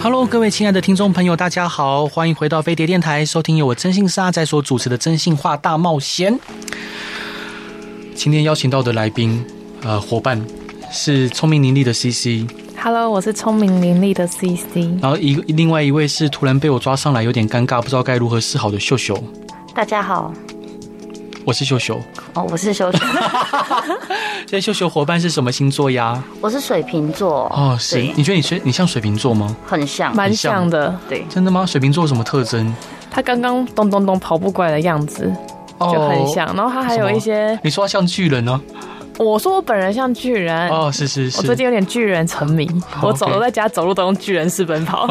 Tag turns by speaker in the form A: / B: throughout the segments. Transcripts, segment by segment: A: Hello，各位亲爱的听众朋友，大家好，欢迎回到飞碟电台，收听由我真心沙仔所主持的《真心话大冒险》。今天邀请到的来宾，呃，伙伴是聪明伶俐的 CC，
B: Hello，我是聪明伶俐的 CC。
A: 然后一另外一位是突然被我抓上来有点尴尬，不知道该如何是好的秀秀，
C: 大家好，
A: 我是秀秀。
C: 哦，我是修，
A: 这秀秀伙伴是什么星座呀？
C: 我是水瓶座，
A: 哦，是，
C: 对
A: 你觉得你水你像水瓶座吗？
C: 很像，
B: 蛮
A: 像
B: 像的，
C: 对，
A: 真的吗？水瓶座有什么特征？
B: 他刚刚咚咚咚跑步过来的样子
A: 哦
B: 就很像，。然后他还有一些，
A: 你说他像巨人呢、
B: 我说我本人像巨人，
A: 哦，是是
B: 嗯我最近
A: 是。
B: 有点巨人沉迷，
A: 好
B: 我走
A: OK
B: 路在家走路都用巨人式 奔跑，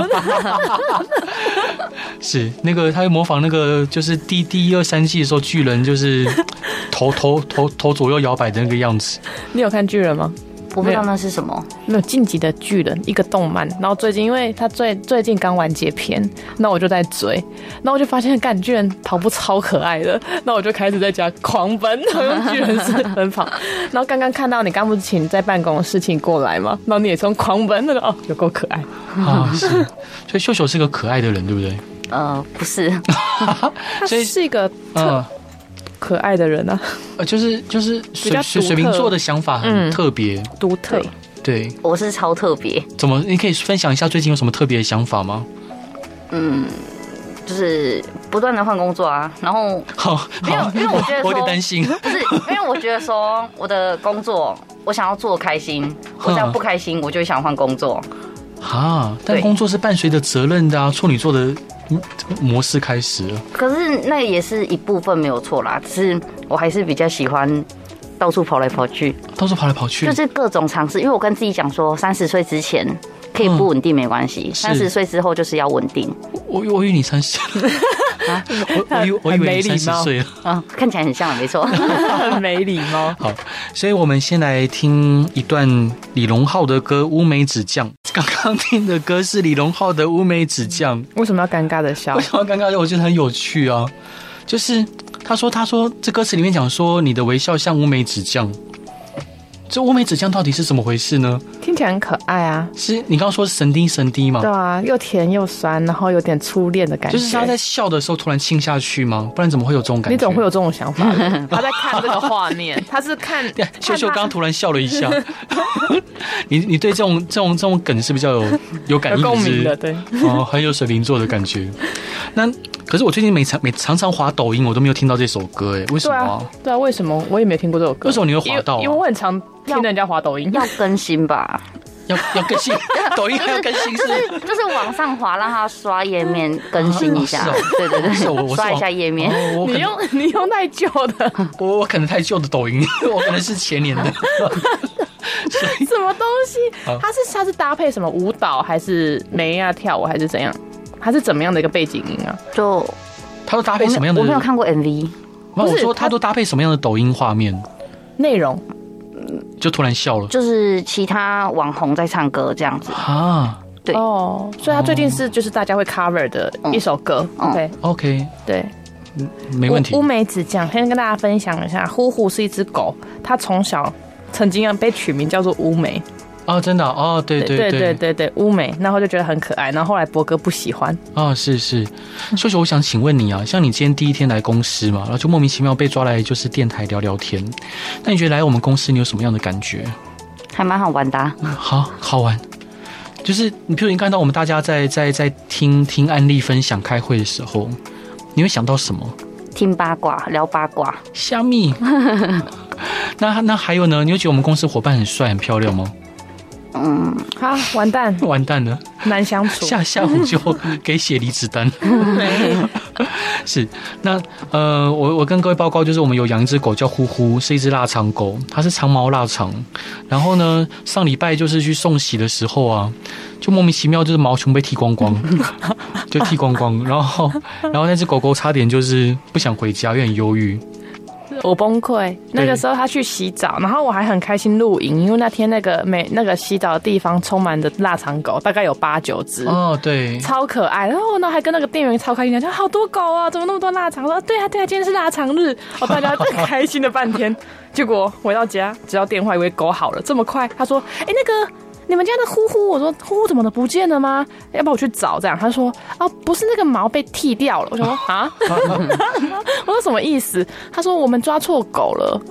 A: 是那个，他会模仿那个，就是第第一二三季的时候，巨人就是 头头头头左右摇摆的那个样子。
B: 你有看巨人吗？
C: 我不知道那是什么，
B: 没有，晋级的巨人一个动漫，然后最近因为他最最近刚完结篇，那我就在追，然后我就发现干巨人跑步超可爱的，那我就开始在家狂奔，然后用巨人式奔跑，然后刚刚看到你刚不是请在办公室请过来嘛，然后你也从狂奔那个哦，有够可爱，
A: 啊，是。所以秀秀是个可爱的人，对不对？
C: 呃，不是，
B: 他
A: 所以
B: 是一个
A: 嗯，
B: 可爱的人啊，
A: 呃，就是就是水
B: 较
A: 水
B: 独
A: 水瓶
B: 特
A: 座的想法很
B: 嗯
A: 特别，
B: 独 特
C: 对
A: 对。
C: 我是超特别，
A: 怎么？你可以分享一下最近有什么特别的想法吗？
C: 就是不断的换工作啊，然后
A: 好，
C: 没有
A: 好
C: 因为我觉得
A: 我有点
C: 说
A: 担 心。
C: 不是因为我觉得说 我的工作，我想要做开心，我只要不开心，我就会想换工作，
A: 啊，但
C: 对
A: 工作是伴随着责任的啊，处女座的嗯模式开始了。
C: 可是那也是一部分没有错啦，只是我还是比较喜欢。到处跑来跑去，
A: 到处跑来跑去，
C: 就是各种尝试。因为我跟自己讲说，三十岁之前可以不稳定没关系，三十岁之后就是要稳定。
A: 我我以为你三 十，啊我我以为我以
B: 很
A: 为
B: 没
A: 你三
B: 礼
A: 十
B: 貌
A: 岁了。
C: 啊，看起来很像，没错。
B: 很嗯没礼貌。
A: 好，所以我们先来听一段李荣浩的歌《乌梅子酱》。刚刚听的歌是李荣浩的《乌梅子酱》，
B: 为什么要尴尬的 笑
A: 为？什么尴尬？我觉得很有趣啊，就是他说他说这歌词里面讲说你的微笑像乌梅子酱，这乌梅子酱到底是怎么回事呢？
B: 听起来很可爱啊，
A: 是你刚刚说神滴神滴吗
B: 对？啊，又甜又酸，然后有点初恋的感觉。
A: 就是他在笑的时候突然亲下去吗？不然怎么会有这种感觉？
B: 你怎么会有这种想法呢？ 他在看这个画面，他是 看
A: 对啊？秀秀
B: 看他
A: 刚刚突然笑了一下， 你你对这种这种这种梗是比较有有感应
B: 有共鸣的，
A: 是
B: 对，
A: 不是哦，很有水瓶座的感觉。那可是我最近每常每常常滑抖音，我都没有听到这首歌，哎，为什
B: 对
A: 么啊、
B: 啊，对啊，为什么我也没听过这首歌？
A: 为什么你会滑到啊
B: 因为因为我很常听人家滑抖音，
C: 要更新吧，
A: 要要更 新，抖音还 要更新是？
C: 就是往上滑，让它刷页面更新一下
A: 啊是哦。
C: 对对
A: 是哦我我是
C: 对，刷一
A: 往
C: 下页面。
A: 哦我可
B: 你
A: 能
B: 用 你用太久 的
A: 我我可能太旧的抖音， 我可能是前年
C: 啊
A: 的。
B: 什么东西
A: 啊？
B: 它是它是搭配什么舞蹈，还是美亚跳舞，还是怎样？它是怎么样的一个背景音啊？
C: 就我
A: 他都搭
C: 没
A: 配什么样的？
C: 我没有看过 MV，
A: 没有，
B: 不
A: 我
B: 是
A: 说他
B: 他
A: 都搭配什么样的抖音画面？
B: 内容
A: 就突然笑了
C: 就是其他网红在唱歌这样子。
A: 啊。
C: 对
B: 哦，所以它最近是就是大家会 cover 的一首歌
C: 嗯
B: ，OK，
A: OK，
B: 对。
A: 哦没问题
B: 乌乌。梅子酱，先跟大家分享一下，呼呼是一只狗，它从小曾经被取名叫做乌梅，
A: 哦，真的哦，对对
B: 对
A: 对
B: 对对对乌梅，然后就觉得很可爱，然后后来博哥不喜欢，
A: 哦，是是。秀秀，我想请问你啊，像你今天第一天来公司嘛，然后就莫名其妙被抓来就是电台聊聊天，那你觉得来我们公司你有什么样的感觉？
C: 还蛮好玩的啊、
A: 好好玩。就是你，譬如你看到我们大家在在在听听案例分享、开会的时候，你会想到什么？
C: 听八卦，聊八卦，
A: 虾米。 那那还有呢？你会觉得我们公司伙伴很帅、很漂亮吗？
B: 啊， 完蛋，
A: 完蛋了，
B: 难相处，
A: 下下午就给写离职单。
B: 没
A: 是，那呃，我我跟各位报告，就是我们有养一只狗叫呼呼，是一只腊肠狗，它是长毛腊肠。然后呢，上礼拜就是去送洗的时候啊，就莫名其妙就是毛全部被剃光光，就剃光光。然后，然后那只狗狗差点就是不想回家，有点忧郁。
B: 我崩溃。那个时候他去洗澡，然后我还很开心露营，因为那天那个每那个洗澡的地方充满着腊肠狗，大概有八九只。
A: 哦，对，
B: 超可爱，然后呢还跟那个店员超开心的，讲好多狗啊，怎么那么多腊肠？我说对啊对啊，今天是腊肠日，哦，大家正开心的半天。结果回到家，接到电话以为狗好了，这么快？他说，哎、那个你们家的呼呼，我说呼呼怎么了？不见了吗？要不我去找这样？他说哦，不是那个毛被剃掉了。我想说啊， 我说什么意思？他说我们抓错狗了。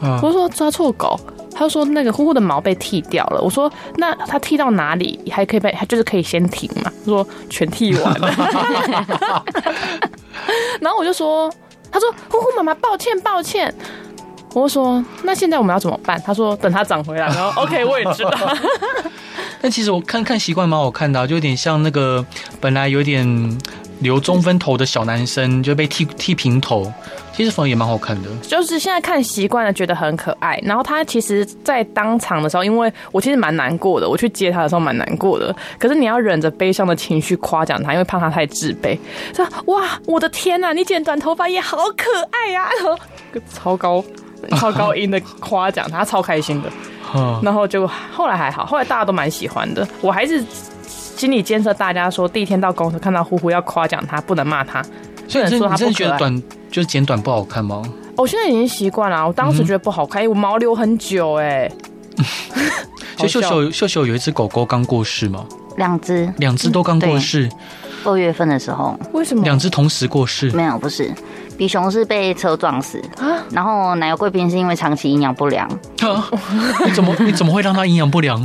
A: 啊
B: 我说抓错狗，他就说那个呼呼的毛被剃掉了。我说那他剃到哪里还可以被，他就是可以先停嘛。他说全剃完 了，然后我就说，他说呼呼妈妈抱歉抱歉。我就说那现在我们要怎么办？他说等它长回来，然后 OK 我也知道，
A: 但其实我看看习惯蛮好看的、啊，就有点像那个本来有点留中分头的小男生，就被剃剃平头，其实反而也蛮好看的。
B: 就是现在看习惯了，觉得很可爱。然后他其实，在当场的时候，因为我其实蛮难过的，我去接他的时候蛮难过的。可是你要忍着悲伤的情绪夸奖他，因为怕他太自卑。说哇，我的天呐、你剪短头发也好可爱呀、然后超高超高音的夸奖他，他超开心的。
A: 啊，
B: 然后就后来还好，后来大家都蛮喜欢的。我还是心里监测大家说，第一天到公司看到呼呼要夸奖他，不能骂他。
A: 所以你
B: 不
A: 真的
B: 能说
A: 你
B: 他
A: 真的觉
B: 不可
A: 得
B: 爱
A: 短就是剪短不好看吗？
B: 哦我现在已经习惯了，我当
A: 嗯
B: 时觉得不好看，因为我毛留很久 哎、
A: 就秀
B: 好笑
A: 秀秀秀有一只狗狗刚过世嘛，
C: 两只
A: 两只都刚过
B: 嗯
A: 世，
C: 二月份的时候
A: 嗯
B: 为什么？
A: 两只同时过世。
C: 没有，不是，比熊是被车撞死，
B: 啊，
C: 然后奶油贵宾是因为长期营养不良，
B: 嗯
A: 啊、你怎么 你怎么会让它营养不良？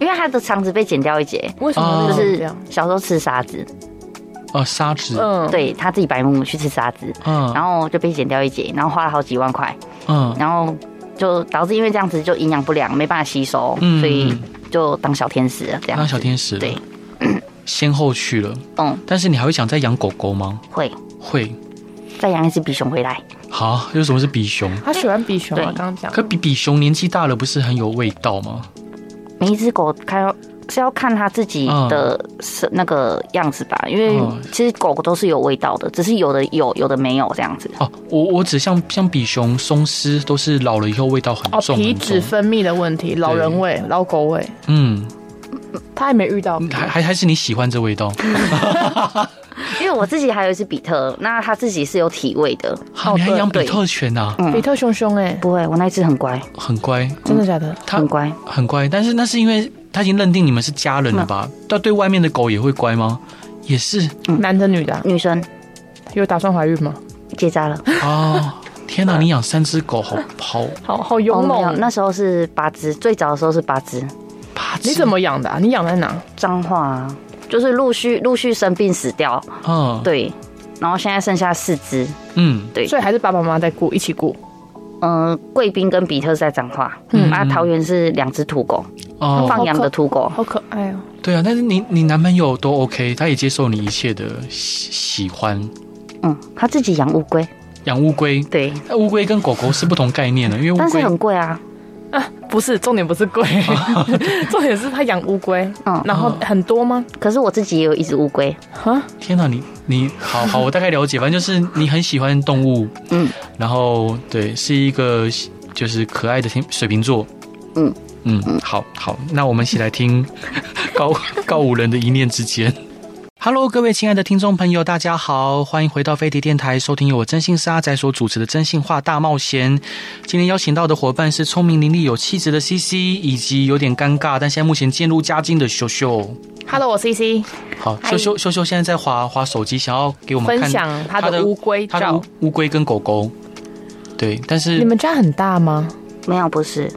C: 因为它的肠子被剪掉一截，
B: 为什
A: 哦
B: 么
C: 就
B: 会
C: 是
B: 这样？
C: 小时候吃沙子，
A: 呃，沙子，
B: 嗯，
C: 对他自己白目去吃沙子，
A: 嗯
C: 然后就被剪掉一截，然后花了好几万块，
A: 嗯，
C: 然后就导致因为这样子就营养不良，没办法吸收，
A: 嗯
C: 所以就当小天使了这样
A: 当
C: 子。
A: 小天使了
C: 对，
A: 先后去了，
C: 嗯，
A: 但是你还会想再养狗狗吗？
C: 会
A: 会，
C: 再养一只比熊回来，
A: 好，有什么是比熊？
B: 他喜欢比熊啊，
C: 对
B: 刚刚讲。
A: 可比比熊年纪大了，不是很有味道吗？
C: 每一只狗看是要看它自己的是那个样子吧，因为
A: 嗯
C: 其实狗狗都是有味道的，只是有的有，有的没有这样子。
A: 哦，我我只像像比熊、松狮都是老了以后味道很
B: 哦，
A: 重，
B: 皮
A: 很重
B: 脂分泌的问题，老人味、老狗味，
A: 嗯，
B: 他还没遇到。
A: 还还还是你喜欢这味道？
C: 因为我自己还有一只比特，那它自己是有体味的，
A: 啊，
C: 哦
A: 你还
B: 对
A: 养比
C: 对嗯
A: 特犬呐、
B: 比特熊熊哎、
A: 嗯
C: 不会，我那一只很乖，
A: 很乖，
B: 真的假的？
A: 它
C: 很乖。
A: 很乖，但是那是因为他已经认定你们是家人了吧？
C: 嗯
A: 但对外面的狗也会乖吗？也是
B: 男的女的啊、
C: 女生
B: 有打算怀孕吗？
C: 结扎了，
A: 哦，天
C: 嗯
A: 哪！你养三只狗，好好
B: 好好
C: 哦
B: 勇
C: 没有，
B: 猛！啊
C: 那时候是八只，最早的时候是八只。
A: 八只，
B: 你怎么养的、啊？你养在哪？
C: 脏话、啊，就是陆续陆续生病死掉，
A: 嗯
C: 对。然后现在剩下四只，
A: 嗯
C: 对
B: 所以还是爸爸妈妈在顾，一起顾。
C: 嗯，贵宾跟比特是在彰化，
B: 嗯
C: 嗯，啊，桃园是两只土狗，
A: 哦
C: 放养的土狗，
B: 好可爱哦、
C: 嗯
A: 对啊，但是你你男朋友都 OK，他也接受你一切的喜喜欢。
C: 嗯，他自己养乌龟，
A: 养乌龟，
C: 对，
A: 那乌龟跟狗狗是不同概念的，因为乌
C: 但是
A: 龟
C: 很贵啊，
B: 啊，不是，重点不是龟， 重点是他养乌龟，
C: 嗯
B: 然后很多吗？
C: 可是我自己也有一只乌龟，
B: 啊，
A: 天哪，你你好好，我大概了解，反正就是你很喜欢动物，
C: 嗯，
A: 然后对，是一个就是可爱的天水瓶座，
C: 嗯
A: 嗯，好好，那我们一起来 听高高五人的一念之间。Hello，各位亲爱的听众朋友，大家好，欢迎回到飞碟电台，收听由我真心是阿仔所主持的《真心话大冒险》。今天邀请到的伙伴是聪明伶俐、有气质的 CC，以及有点尴尬，但现在目前渐入佳境的秀秀。
B: Hello，我 CC
A: 好，
C: 嗨
A: 秀秀秀秀现在在划划手机，想要给我们
B: 分
A: 看
B: 享他
A: 他
B: 的
A: 的
B: 乌龟
A: 他的
B: 照
A: 乌。乌龟跟狗狗。对，但
B: 你
A: 是
B: 们家很大吗？
C: 没有不是，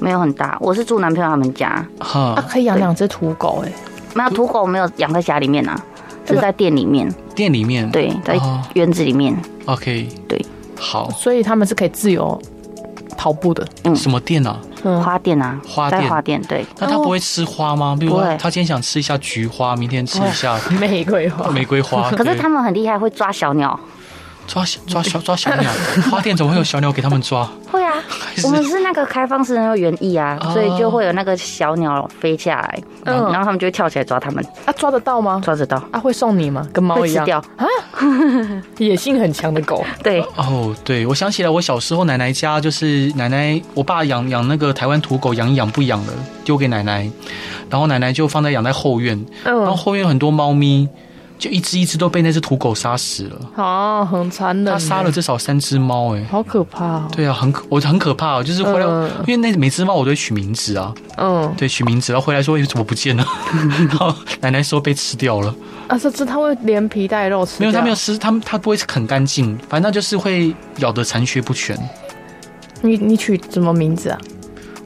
C: 没有很大，我是住男朋友他们家，
B: 啊，
A: 哈，
B: 可以养两只土狗哎、
C: 没有土狗没有养在家里面啊，是在店里面，
A: 店里面
C: 对，在
A: 哦
C: 园子里面，
A: ，OK，
C: 对，
A: 好，
B: 所以他们是可以自由跑步的。
C: 嗯
A: 什么店啊？
B: 嗯
C: 花店啊，
A: 花
C: 在
A: 店
C: 花店对，
A: 那他
B: 哦
A: 不会吃花吗？比如
C: 不
A: 说
C: 会
A: 他今天想吃一下菊花，明天吃一下
B: 玫瑰花，
A: 玫瑰 花。
C: 啊可是
A: 对
C: 他们很厉害，会抓小鸟。
A: 抓小抓小抓小鸟，花店怎么会有小鸟给他们抓？
C: 会啊，
A: 是
C: 我们是那个开放式那个园艺啊，
A: 哦
C: 所以就会有那个小鸟飞下来，
B: 嗯
C: 然后他们就会跳起来抓它们，
B: 啊，抓得到吗？
C: 抓得到，
B: 啊，会送你吗？跟
A: 哦
B: 猫
C: 会
B: 一
C: 吃
B: 样，
C: 掉。
B: 野性很强的狗。
C: 对，
A: 哦，对，我想起来，我小时候奶奶家就是奶奶，我爸养养那个台湾土狗，养一养不养了，丢给奶奶，然后奶奶就放在养在后院，然后
B: 嗯，
A: 后院有很多猫咪，就一只一只都被那只土狗杀死了，
B: 啊，很残忍。
A: 它杀了，至少三只猫，哎，
B: 好可怕哦。
A: 对啊，很可，我很可怕哦，就是回来，
B: 嗯
A: 因为那每只猫我都会取名字啊，
B: 嗯，
A: 对，取名字，然后回来说，哎，怎么不见 了？然后奶奶说被吃掉了。
B: 啊，这只它会连皮带肉吃
A: 没
B: 掉。
A: 有，它没有吃，它它不会很干净，反正它就是会咬得残缺不全。
B: 你你取什么名字啊？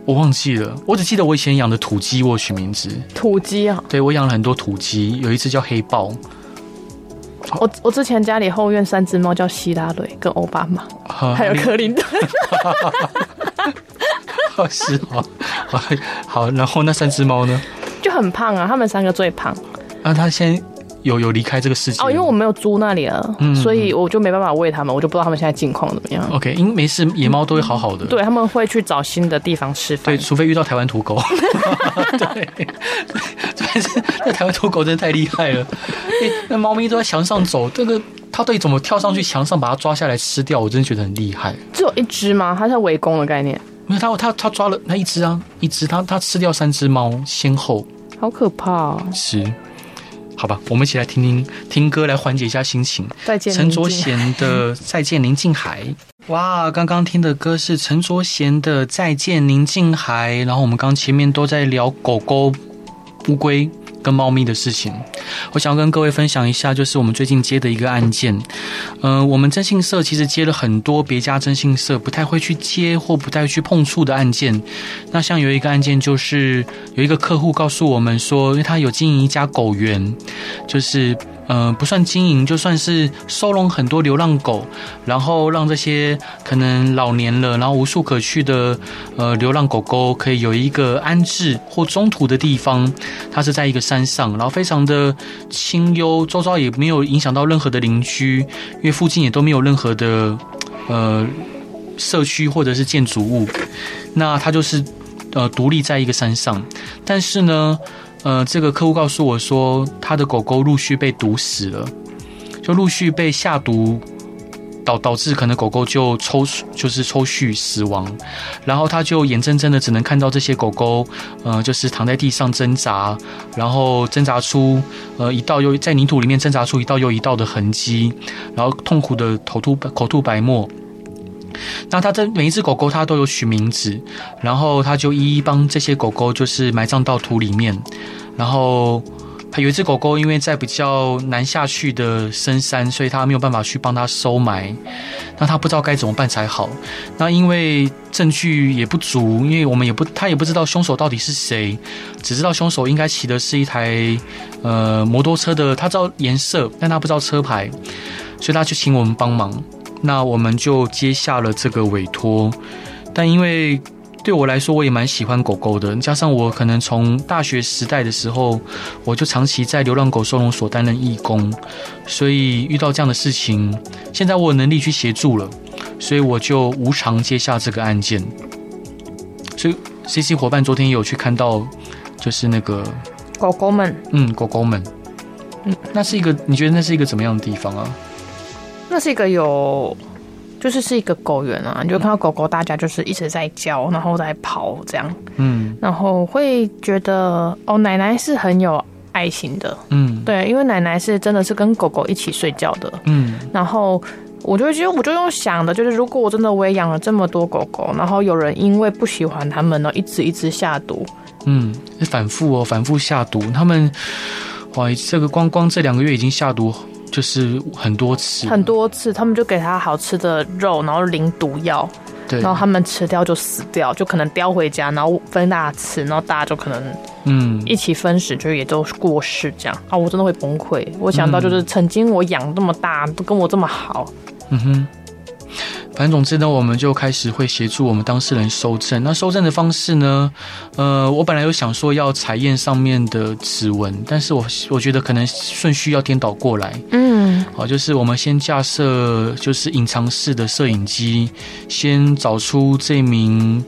A: 我忘记了，我只记得我以前养的土鸡，我有取名字。
B: 土鸡啊！
A: 对我养了很多土鸡，有一只叫黑豹，哦
B: 我我之前家里后院三只猫叫希拉蕊跟奥巴马，
A: 呃
B: 还有克林顿。
A: 是哦，好 好，然后那三只猫呢？
B: 就很胖啊，他们三个最胖
A: 那它现在有有离开这个世界
B: 哦，因为我没有租那里了，
A: 嗯
B: 所以我就没办法喂它们，我就不知道它们现在近况怎么样。
A: OK，因为没事，野猫都会好好的。
B: 对，他们会去找新的地方吃饭
A: 对，。除非遇到台湾土 狗。对，但是那台湾土狗真的太厉害了，因为那猫咪都在墙上走，这个它到底怎么跳上去墙上把它抓下来吃掉？我真的觉得很厉害。
B: 只有一只吗？它是围攻的概念，
A: 没有它，它它抓了那一只啊，一只它它吃掉三只猫，先后
B: 好可怕哦！
A: 吃。好吧，我们一起来听听听歌来缓解一下心情。
B: 再见，
A: 陈卓
B: 宁静
A: 贤的《再见宁静海》。 哇，刚刚听的歌是陈卓贤的《再见宁静海》，然后我们刚前面都在聊狗狗、乌龟跟猫咪的事情。我想要跟各位分享一下，就是我们最近接的一个案件。嗯、我们征信社其实接了很多别家征信社不太会去接或不太去碰触的案件。那像有一个案件，就是有一个客户告诉我们说，因为他有经营一家狗园，就是呃，不算经营，就算是收容很多流浪狗，然后让这些可能老年了，然后无处可去的呃流浪狗狗可以有一个安置或中途的地方。它是在一个山上，然后非常的清幽，周遭也没有影响到任何的邻居，因为附近也都没有任何的呃社区或者是建筑物。那它就是呃独立在一个山上，但是呢，呃，这个客户告诉我说，他的狗狗陆续被毒死了，就陆续被下毒。导导致可能狗狗就抽就是抽搐死亡，然后他就眼睁睁的只能看到这些狗狗，呃，就是躺在地上挣扎，然后挣扎出呃一道又在泥土里面挣扎出一道又一道的痕迹，然后痛苦的口吐口吐白沫。那他这每一只狗狗，他都有取名字，然后他就一一帮这些狗狗就是埋葬到土里面，然后。他有一只狗狗，因为在比较难下去的深山，所以他没有办法去帮它收埋。那他不知道该怎么办才好。那因为证据也不足，因为我们也不，他也不知道凶手到底是谁，只知道凶手应该骑的是一台呃摩托车的，他知道颜色，但他不知道车牌，所以他就请我们帮忙。那我们就接下了这个委托，但因为对我来说，我也蛮喜欢狗狗的，加上我可能从大学时代的时候，我就长期在流浪狗收容所担任义工，所以遇到这样的事情，现在我有能力去协助了，所以我就无偿接下这个案件。所以 C C 伙伴昨天也有去看到，就是那个
B: 狗狗们，
A: 嗯狗狗们，
B: 嗯，
A: 那是一个你觉得那是一个怎么样的地方啊？
B: 那是一个有，就是是一个狗园啊，你就看到狗狗，大家就是一直在叫，然后在跑这样，
A: 嗯
B: 然后会觉得哦，奶奶是很有爱心的，
A: 嗯
B: 对，因为奶奶是真的是跟狗狗一起睡觉的，
A: 嗯
B: 然后我就其实我就用想的，就是如果我真的我也养了这么多狗狗，然后有人因为不喜欢它们呢，一直一直下毒，
A: 嗯，反复哦，反复下毒，他们哇，这个光光这两个月已经下毒就是很多次，
B: 很多次他们就给它好吃的肉，然后淋毒药，
A: 对，
B: 然后他们吃掉就死掉，就可能叼回家，然后分大家吃，然后大家就可能
A: 嗯
B: 一起分食，就也都过世这样啊！我真的会崩溃。我想到就是曾经我养这么大，都跟我这么好，
A: 嗯哼，反反正总之呢，我们就开始会协助我们当事人收证。那收证的方式呢，呃，我本来有想说要采验上面的指纹，但是我我觉得可能顺序要颠倒过来。
B: 嗯
A: 好，就是我们先架设就是隐藏式的摄影机，先找出这名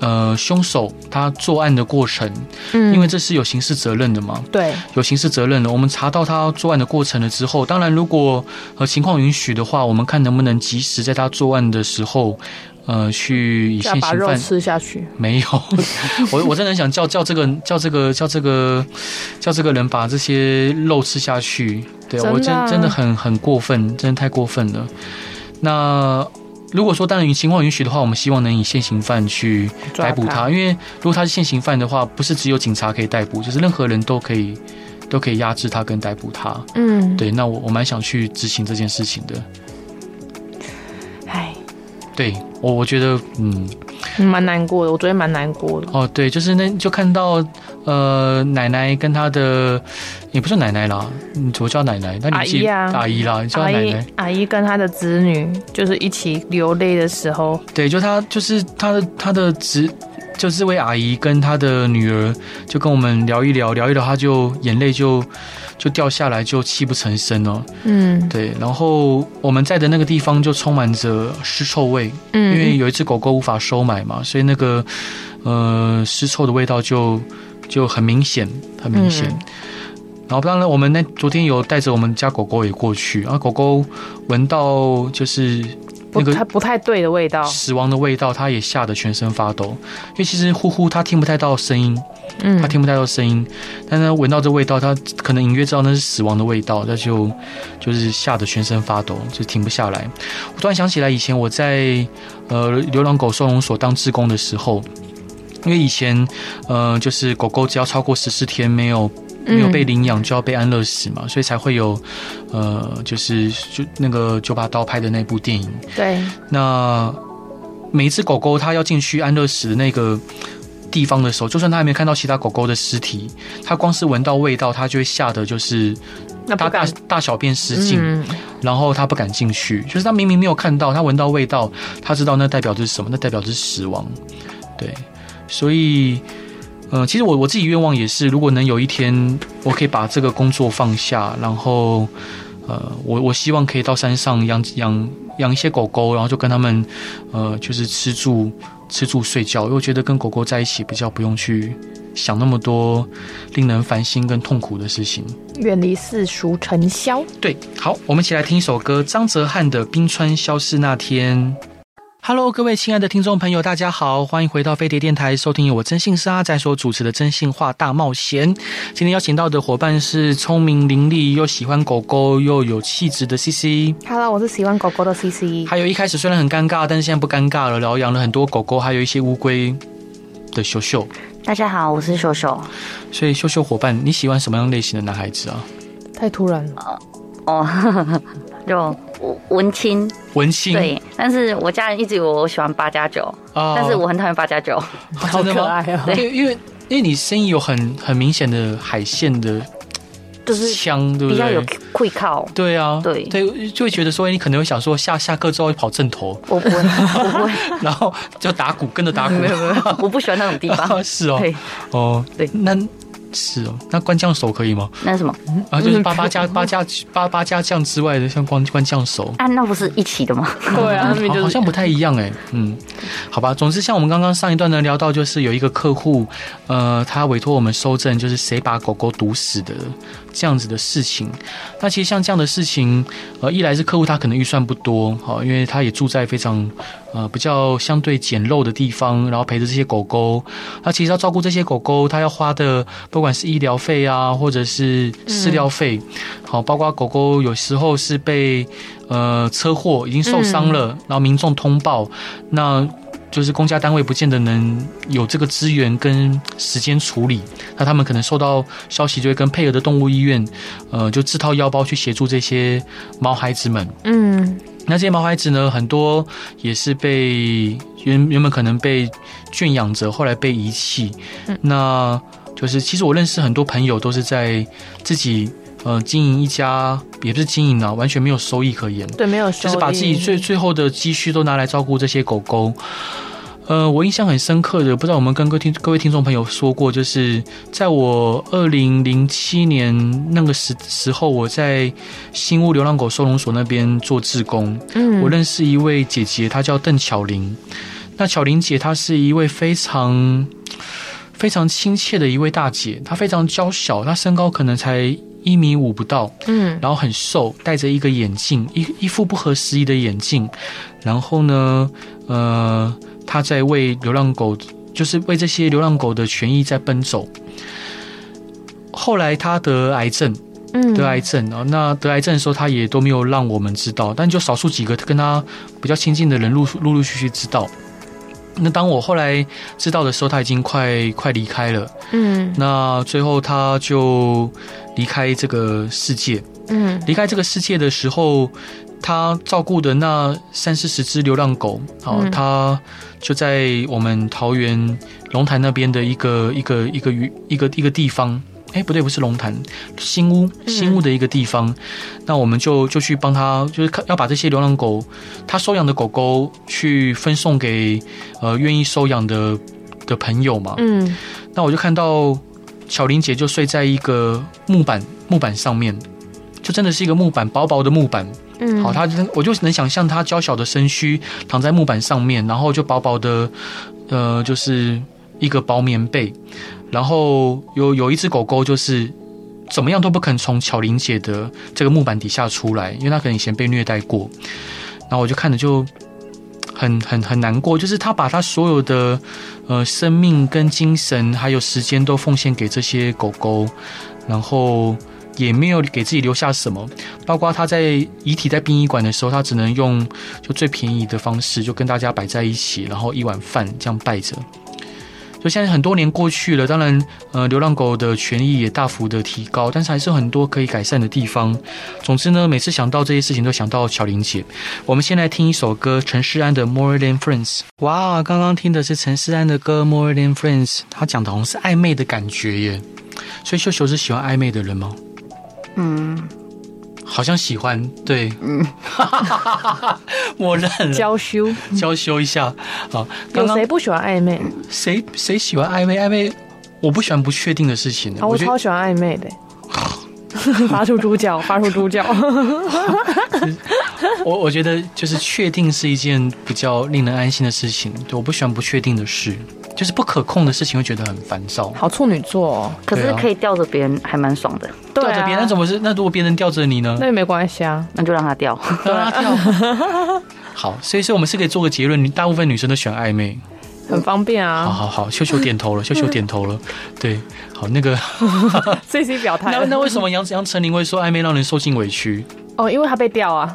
A: 呃凶手他作案的过程，
B: 嗯
A: 因为这是有刑事责任的嘛。
B: 对，
A: 有刑事责任了。我们查到他作案的过程了之后，当然如果呃情况允许的话，我们看能不能及时在他作案的时候，呃，去以
B: 要
A: 现
B: 把
A: 行
B: 肉
A: 犯。
B: 吃下去。
A: 没有， 我我真的很想叫叫这个叫这个叫这个叫这个人把这些肉吃下去。对
B: 真的啊
A: 我真真的很很过分，真的太过分了。那如果说当然情况允许的话，我们希望能以现行犯去
B: 抓
A: 逮捕他，因为如果他是现行犯的话，不是只有警察可以逮捕，就是任何人都可以都可以压制他跟逮捕他。
B: 嗯，
A: 对，那我我蛮想去执行这件事情的。
B: 哎，
A: 对我我觉得嗯
B: 蛮难过的，我昨天蛮难过的。
A: 哦对，就是那就看到呃奶奶跟她的也不是奶奶啦，嗯，我叫奶奶，那你自己
B: 阿姨啊
A: 阿姨啦，你叫她
B: 阿
A: 奶
B: 姨
A: 奶。
B: 阿姨跟她的子女就是一起流泪的时候，
A: 对，就她就是她的她的侄。就这位阿姨跟她的女儿就跟我们聊一聊，聊一聊，她就眼泪就就掉下来，就泣不成声哦。
B: 嗯
A: 对，然后我们在的那个地方就充满着尸臭味，因
B: 嗯，
A: 为有一只狗狗无法收买嘛，所以那个呃尸臭的味道就就很明显，很明显。
B: 嗯
A: 然后当然，我们那昨天有带着我们家狗狗也过去，然后狗狗闻到就是
B: 不
A: 那个
B: 太不太对的味道，
A: 死亡的味道，它也吓得全身发抖，因为其实呼呼它听不太到声音，
B: 嗯
A: 他听不太到声音，但他闻到这味道，他可能隐约知道那是死亡的味道，他就就是吓得全身发抖，就停不下来。我突然想起来，以前我在呃流浪狗收容所当志工的时候，因为以前呃就是狗狗只要超过十四天没有
B: 嗯
A: 没有被领养就要被安乐死嘛，所以才会有呃就是就那个九把刀拍的那部电影。
B: 嗯对，
A: 那每一只狗狗它要进去安乐死的那个地方的时候，就算它还没看到其他狗狗的尸体，它光是闻到味道，它就会吓得就是
B: 那
A: 大
B: 不
A: 大
B: 敢
A: 大小便失禁，
B: 嗯
A: 然后它不敢进去。就是它明明没有看到，它闻到味道，它知道那代表着是什么，那代表着是死亡。对，所以。呃，其实我我自己愿望也是，如果能有一天我可以把这个工作放下，然后，呃，我我希望可以到山上养养养一些狗狗，然后就跟它们，呃，就是吃住吃住睡觉，因为我觉得跟狗狗在一起比较不用去想那么多令人烦心跟痛苦的事情。
B: 远离世俗尘嚣。
A: 对，好，我们一起来听一首歌，张哲瀚的《冰川消失那天》。Hello，各位亲爱的听众朋友，大家好，欢迎回到飞碟电台，收听由我真性是阿仔所主持的《真性话大冒险》。今天邀请到的伙伴是聪明伶俐又喜欢狗狗又有气质的 CC，
B: Hello，我是喜欢狗狗的 CC。
A: 还有一开始虽然很尴尬，但是现在不尴尬了，然后养了很多狗狗，还有一些乌龟的秀秀。
C: 大家好，我是秀秀。
A: 所以秀秀伙伴，你喜欢什么样类型的男孩子啊？
B: 太突然了，
C: 哦， 就文文青
A: 文青
C: 对，但是我家人一直以为我喜欢八加九，
A: 啊，
C: 但是我很讨厌八加九。
A: 啊真的吗？
B: 哦
A: 对，因为因为你声音有很很明显的海线的
C: 就是
A: 腔，对不
C: 嗯比较有
A: 对？
C: 会靠。
A: 对啊，
C: 对
A: 对，就会觉得说，哎你可能会想说下下课之后跑正 头，
C: 我不会，我不会，
A: 然后就打鼓，跟着打鼓。
C: 没有没 有，我不喜欢那种地方。
A: 是哦，
C: 对，
A: 哦，
C: 对
A: 那是哦，那关将手可以吗？
C: 那是什么
A: 啊，就是八八加八加八八加酱之外的，像关关将手。
C: 啊？那不是一起的吗？
B: 对啊，他们
A: 嗯好
B: 就
A: 好
B: 是
A: 像不太一样哎、嗯，好吧，总之像我们刚刚上一段呢聊到，就是有一个客户，呃，他委托我们收证，就是谁把狗狗毒死的这样子的事情。那其实像这样的事情，呃，一来是客户他可能预算不多，好、因为他也住在非常呃比较相对简陋的地方，然后陪着这些狗狗，那其实要照顾这些狗狗，他要花的不管是医疗费啊，或者是饲料费，
B: 嗯
A: 好、包括狗狗有时候是被呃车祸已经受伤了，然后民众通报，那就是公家单位不见得能有这个资源跟时间处理，那他们可能收到消息就会跟配合的动物医院，呃，就自掏腰包去协助这些毛孩子们。
B: 嗯
A: 那这些毛孩子呢，很多也是被原原本可能被圈养着，后来被遗弃。
B: 嗯
A: 那就是其实我认识很多朋友都是在自己呃经营一家，也不是经营啊，完全没有收益可言，
B: 对，没有收
A: 就
B: 益，
A: 是把自己最最后的积蓄都拿来照顾这些狗狗。呃，我印象很深刻的，不知道我们跟各听各位听众朋友说过，就是在我二零零七年那个时时候，我在新屋流浪狗收容所那边做志工，
B: 嗯，
A: 我认识一位姐姐，她叫邓巧玲。那巧玲姐她是一位非常非常亲切的一位大姐，她非常娇小，她身高可能才一米五不到，
B: 嗯
A: 然后很瘦，戴着一个眼镜，一一副不合时宜的眼镜。然后呢，呃，她在为流浪狗，就是为这些流浪狗的权益在奔走。后来她得癌症，
B: 嗯，
A: 得癌症啊。那得癌症的时候，他也都没有让我们知道，但就少数几个跟他比较亲近的人陆陆陆续续知道。那当我后来知道的时候，他已经快快离开了。
B: 嗯
A: 那最后他就离开这个世界。
B: 嗯
A: 离开这个世界的时候，他照顾的那三四十只流浪狗，哦，
B: 嗯
A: 他就在我们桃园龙潭那边的一个一个一个渔一个一个地方。哎，不对，不是龙潭，新屋，
B: 嗯
A: 新屋的一个地方。那我们就就去帮他，就是看要把这些流浪狗，他收养的狗狗去分送给呃愿意收养的的朋友嘛。
B: 嗯
A: 那我就看到小玲姐就睡在一个木板木板上面，就真的是一个木板，薄薄的木板。
B: 嗯，
A: 好，她真我就能想象她娇小的身躯躺在木板上面，然后就薄薄的，呃，就是一个薄棉被。然后有有一只狗狗就是。怎么样都不肯从巧玲姐的这个木板底下出来，因为她可能以前被虐待过。然后我就看着就很很很难过，就是她把她所有的呃生命跟精神还有时间都奉献给这些狗狗，然后也没有给自己留下什么。包括他在遗体在殡仪馆的时候，他只能用就最便宜的方式，就跟大家摆在一起，然后一碗饭这样拜着。就现在很多年过去了，当然，呃，流浪狗的权益也大幅的提高，但是还是很多可以改善的地方。总之呢，每次想到这些事情，都想到巧玲姐。我们先来听一首歌，陈势安的《More Than Friends》。哇，刚刚听的是陈势安的歌《More Than Friends》，他讲的好像是暧昧的感觉耶。所以秀秀是喜欢暧昧的人吗？
C: 嗯，
A: 好像喜欢，对，嗯， 默认了，
B: 娇羞，
A: 娇羞一下。好，刚
B: 有
A: 刚
B: 谁不喜欢暧昧？
A: 谁谁喜欢暧昧？暧昧，我不喜欢不确定的事情。
B: 啊，我
A: 我觉
B: 超
A: 得
B: 喜欢暧昧 的。发出猪叫，发出猪叫。
A: 我我觉得就是确定是一件比较令人安心的事情。对，我不喜欢不确定的事，就是不可控的事情会觉得很烦躁。
B: 好处女座、哦，
C: 可
A: 对
C: 是
A: 啊
C: 可以吊着别人，还蛮爽的，
B: 对
A: 吊着
B: 啊，
A: 别人，那怎么是？那如果别人吊着你呢？
B: 那也啊没关系啊。
C: 那就让他吊。
A: 让他吊。好，所以说我们是可以做个结论，你大部分女生都喜欢暧昧。
B: 很方便
A: 好
B: 啊
A: 好好，秀秀点头了，秀秀点头了。对，好，那个。
B: ，C C 表态
A: 那那为什么杨杨丞琳会说暧昧让人受尽委屈？
B: 哦，因为他被调啊，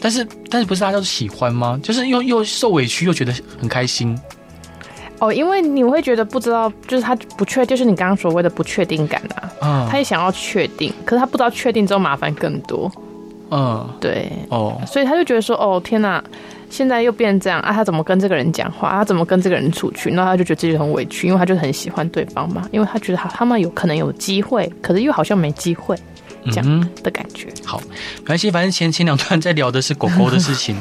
A: 但是但是不是大家都喜欢吗？就是又又受委屈又觉得很开心。
B: 哦，因为你会觉得不知道，就是他不确，就是你刚刚所谓的不确定感啊，
A: 嗯
B: 他也想要确定，可是他不知道确定之后麻烦更多，
A: 嗯
B: 对，
A: 哦
B: 所以他就觉得说，哦天哪、现在又变这样啊！他怎么跟这个人讲话？啊他怎么跟这个人出去？那他就觉得自己很委屈，因为他就很喜欢对方嘛，因为他觉得他他们有可能有机会，可是又好像没机会这样
A: 嗯，
B: 的感觉。
A: 好，没关系，反正前前两段在聊的是狗狗的事情。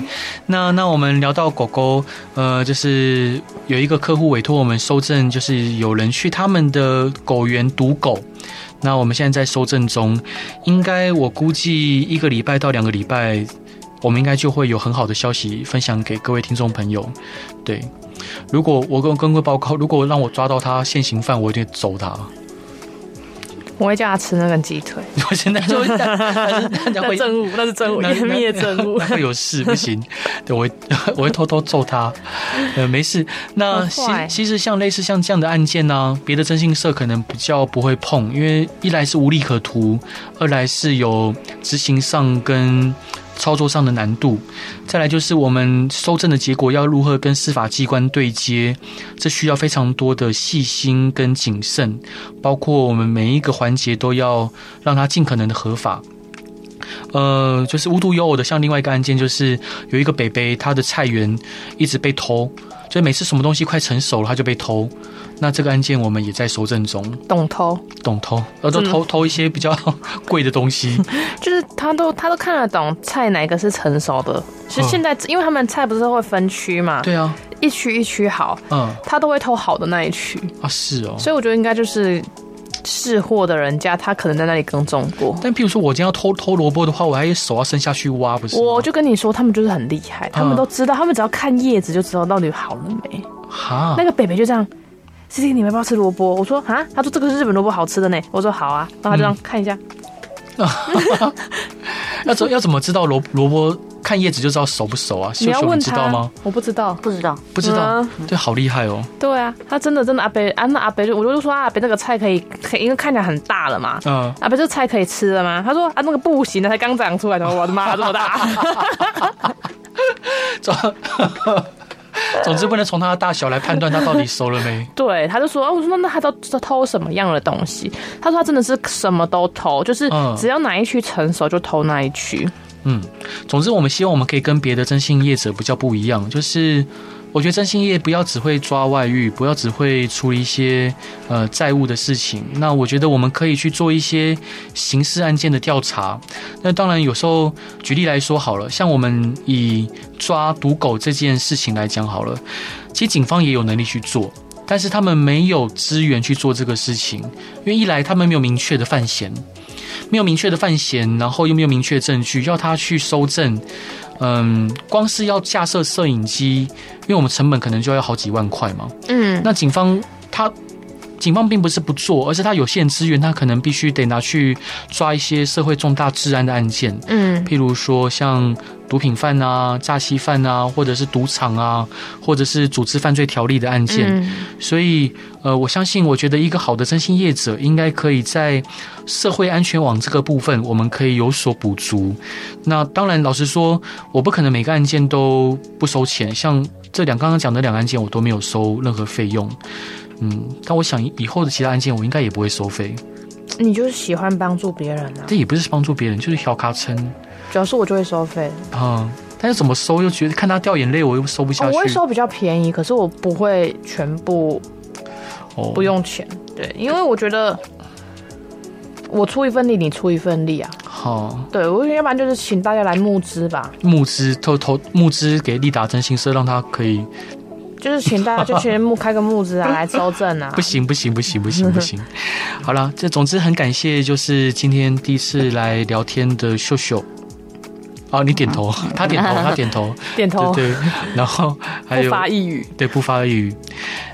A: 那那我们聊到狗狗，呃，就是有一个客户委托我们收证，就是有人去他们的狗园赌狗。那我们现在在收证中，应该我估计一个礼拜到两个礼拜，我们应该就会有很好的消息分享给各位听众朋友。对，如果我跟跟各位报告，如果让我抓到他现行犯，我一定揍他。
B: 我会叫他吃那个鸡腿，
A: 我现在就会，但是大家
B: 那
A: 会
B: 证物，那是证物，
A: 那
B: 湮灭证物
A: 那。会有事不行，对我会 我会偷偷揍他，呃，没事。那其
B: 好坏
A: 其实像类似像这样的案件呢、别的征信社可能比较不会碰，因为一来是无利可图，二来是有执行上跟操作上的难度，再来就是我们收证的结果要如何跟司法机关对接，这需要非常多的细心跟谨慎，包括我们每一个环节都要让它尽可能的合法。呃，就是无独有偶的，像另外一个案件，就是有一个北北，他的菜园一直被偷，就是每次什么东西快成熟了，他就被偷。那这个案件我们也在搜证中，
B: 懂偷，
A: 懂偷，呃，
B: 嗯
A: 都偷偷一些比较贵的东 西。
B: 就是他都他都看得懂菜哪个是成熟的。其实
A: 嗯
B: 现在，因为他们菜不是会分区嘛，
A: 对啊，
B: 一区一区好，
A: 嗯，
B: 他都会偷好的那一区，
A: 啊是哦。
B: 所以我觉得应该就是试货的人家，他可能在那里耕种过。
A: 但譬如说，我今天要偷偷萝卜的话，我还手要伸下去挖，不是吗？嗯
B: 我就跟你说，他们就是很厉害，他们都知道，他们只要看叶子就知道到底好了没。
A: 哈
B: 那，个北北就这样。C C，你们要不要吃萝卜？我说啊，他说这个是日本萝卜好吃的呢。我说好啊，然后他就这
A: 嗯
B: 样看一下，
A: 要怎要怎么知道萝萝卜看叶子就知道熟不熟啊？
B: 你
A: 秀
B: 要
A: 秀，
B: 问嗯
A: 你知道
B: 他
A: 吗？，
B: 我不知道。
C: 不知道，
A: 不知道，对，好厉害哦。
B: 对啊，他真的真的阿北啊，那阿北就我就说啊阿北那个菜可以，可以因为看起来很大了嘛。
A: 嗯，
B: 阿北这菜可以吃了吗？他说啊那个不行的，才刚长出来的，我的 妈这么大。
A: 总 总之不能从它的大小来判断它到底熟了没。
B: 对，他就说，啊、我说那那他都都偷什么样的东西？他说他真的是什么都偷，就是
A: 嗯
B: 只要哪一区成熟就偷那一区。
A: 嗯，总之我们希望我们可以跟别的征信业者比较不一样，就是我觉得征信业不要只会抓外遇，不要只会处理一些呃债务的事情。那我觉得我们可以去做一些刑事案件的调查。那当然有时候举例来说好了，像我们以抓毒狗这件事情来讲好了，其实警方也有能力去做。但是他们没有资源去做这个事情，因为一来他们没有明确的犯嫌，没有明确的犯嫌，然后又没有明确证据，要他去搜证，嗯，光是要架设摄影机，因为我们成本可能就要好几万块嘛。
B: 嗯，
A: 那警方他。警方并不是不做，而是他有限资源，他可能必须得拿去抓一些社会重大治安的案件，
B: 嗯
A: 譬如说像毒品犯啊、诈欺犯啊，或者是赌场啊，或者是组织犯罪条例的案件。
B: 嗯
A: 所以，呃，我相信，我觉得一个好的征信业者应该可以在社会安全网这个部分，我们可以有所补足。那当然，老实说，我不可能每个案件都不收钱，像这两刚刚讲的两个案件，我都没有收任何费用。嗯，但我想以后的其他案件，我应该也不会收费。
B: 你就是喜欢帮助别人啊，
A: 这也不是帮助别人，就是小卡称
B: 主要是我就会收费，
A: 啊、但是怎么收又觉得看他掉眼泪，我又收不
B: 哦
A: 下去。
B: 我会收比较便宜，可是我不会全部
A: 哦
B: 不用钱，对，因为我觉得。我出一份力，你出一份力啊！
A: 好。
B: 对，我要不然就是请大家来募资吧，
A: 募资投投募资给立达征信社，让他可以
B: 就是请大家就去募开个募资 啊，来收证啊
A: 不。行不行不行不行不 行！好了，这总之很感谢，就是今天第一次来聊天的秀秀。哦，你点头， 他点头，他点头，
B: 啊 点头，
A: 对对。 然后还
B: 不
A: 有
B: 发一语。
A: 对不发一语。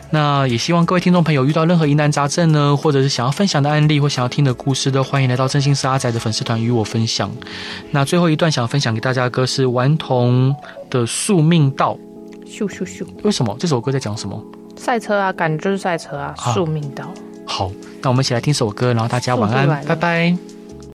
A: 那也希望各位听众朋友遇到任何疑难杂症呢，或者是想要分享的案例或想要听的故事都欢迎来到真心是阿仔的粉丝团与我分享。那最后一段想分享给大家的歌是顽童的《宿命道》，
B: 咻咻咻，
A: 为什么这首歌在讲什么？
B: 赛车啊，感觉就是赛车啊，
A: 啊
B: 宿命道。
A: 好，那我们一起来听首歌，然后大家晚安
B: 速度来，了
A: 拜拜。